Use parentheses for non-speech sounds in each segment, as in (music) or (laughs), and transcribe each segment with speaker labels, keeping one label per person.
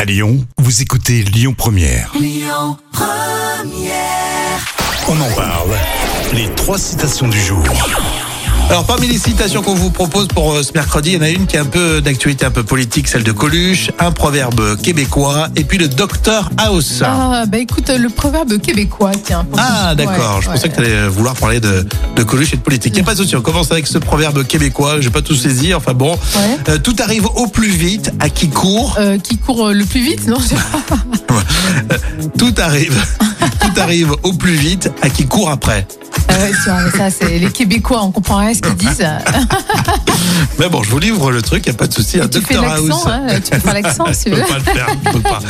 Speaker 1: À Lyon, vous écoutez Lyon Première. On en parle. Les trois citations du jour.
Speaker 2: Alors parmi les citations qu'on vous propose pour euh, ce mercredi, il y en a une qui est un peu d'actualité, un peu politique, celle de Coluche, un proverbe québécois, et puis le docteur House.
Speaker 3: Ah, bah écoute, le proverbe québécois, tiens. pour
Speaker 2: Ah
Speaker 3: ce-
Speaker 2: d'accord,
Speaker 3: ouais,
Speaker 2: je pensais
Speaker 3: ouais.
Speaker 2: que tu allais vouloir parler de, de Coluche et de politique. Il a pas de souci, on commence avec ce proverbe québécois, j'ai pas tout saisi, enfin bon.
Speaker 3: Ouais.
Speaker 2: Euh, tout arrive au plus vite à qui court,
Speaker 3: Euh, qui court euh, le plus vite, non je-
Speaker 2: (laughs) tout
Speaker 3: (laughs)
Speaker 2: arrive. tout arrive au plus vite à qui court après.
Speaker 3: Ah ouais, tiens, mais ça, c'est les Québécois, on comprend rien à ce
Speaker 2: (laughs)
Speaker 3: qu'ils disent.
Speaker 2: Mais bon, je vous livre le truc, il a pas de souci, un
Speaker 3: tu fais
Speaker 2: docteur House.
Speaker 3: l'accent, hein, tu peux faire l'accent si tu
Speaker 2: Je (laughs) peux
Speaker 3: veux.
Speaker 2: pas le faire, je peux pas.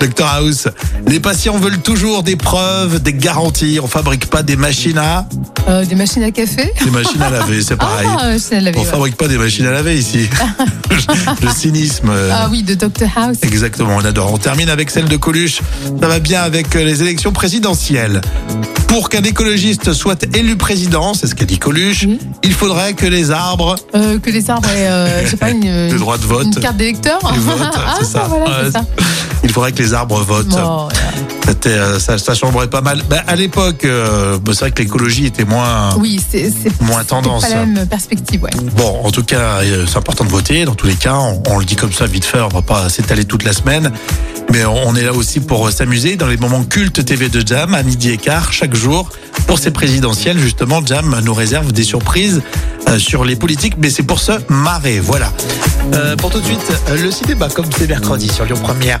Speaker 2: Docteur House, les patients veulent toujours des preuves, des garanties. On fabrique pas des machines à,
Speaker 3: Euh, des machines à café
Speaker 2: des machines à laver, c'est pareil.
Speaker 3: Ah, je l'avais.
Speaker 2: On
Speaker 3: ouais.
Speaker 2: fabrique pas des machines à laver
Speaker 3: (laughs)
Speaker 2: ici. Le cynisme. euh,
Speaker 3: Ah oui, de Dr House.
Speaker 2: Exactement, on adore. On termine avec celle de Coluche. Ça va bien avec euh, les élections présidentielles. Pour qu'un écologiste soit élu président, c'est ce qu'a dit Coluche,
Speaker 3: Oui.
Speaker 2: il faudrait que les arbres
Speaker 3: Euh, que les arbres aient, euh, je sais pas,
Speaker 2: (laughs)
Speaker 3: une,
Speaker 2: de droit de vote,
Speaker 3: une carte d'électeur.
Speaker 2: ils votent,
Speaker 3: (laughs) (laughs) ah,
Speaker 2: c'est ça.
Speaker 3: voilà,
Speaker 2: Ouais,
Speaker 3: c'est ça.
Speaker 2: il faudrait que les arbres votent.
Speaker 3: Bon, ouais.
Speaker 2: C'était, euh, ça, ça chambrait pas mal. Ben, à l'époque, euh, ben, c'est vrai que l'écologie était moins.
Speaker 3: oui, c'est c'est-
Speaker 2: Moins
Speaker 3: c'est
Speaker 2: tendance.
Speaker 3: pas la même perspective, ouais.
Speaker 2: Bon, en tout cas, euh, c'est important de voter. Dans tous les cas, on, on le dit comme ça vite fait, on va pas s'étaler toute la semaine. Mais on on est là aussi pour euh, s'amuser dans les moments cultes TV de Jam à midi et quart chaque jour pour ces présidentielles. Justement, Jam nous réserve des surprises euh, sur les politiques, mais c'est pour se marrer. Voilà. Euh, pour tout de suite, euh, le site débat comme c'est mercredi sur Lyon Première.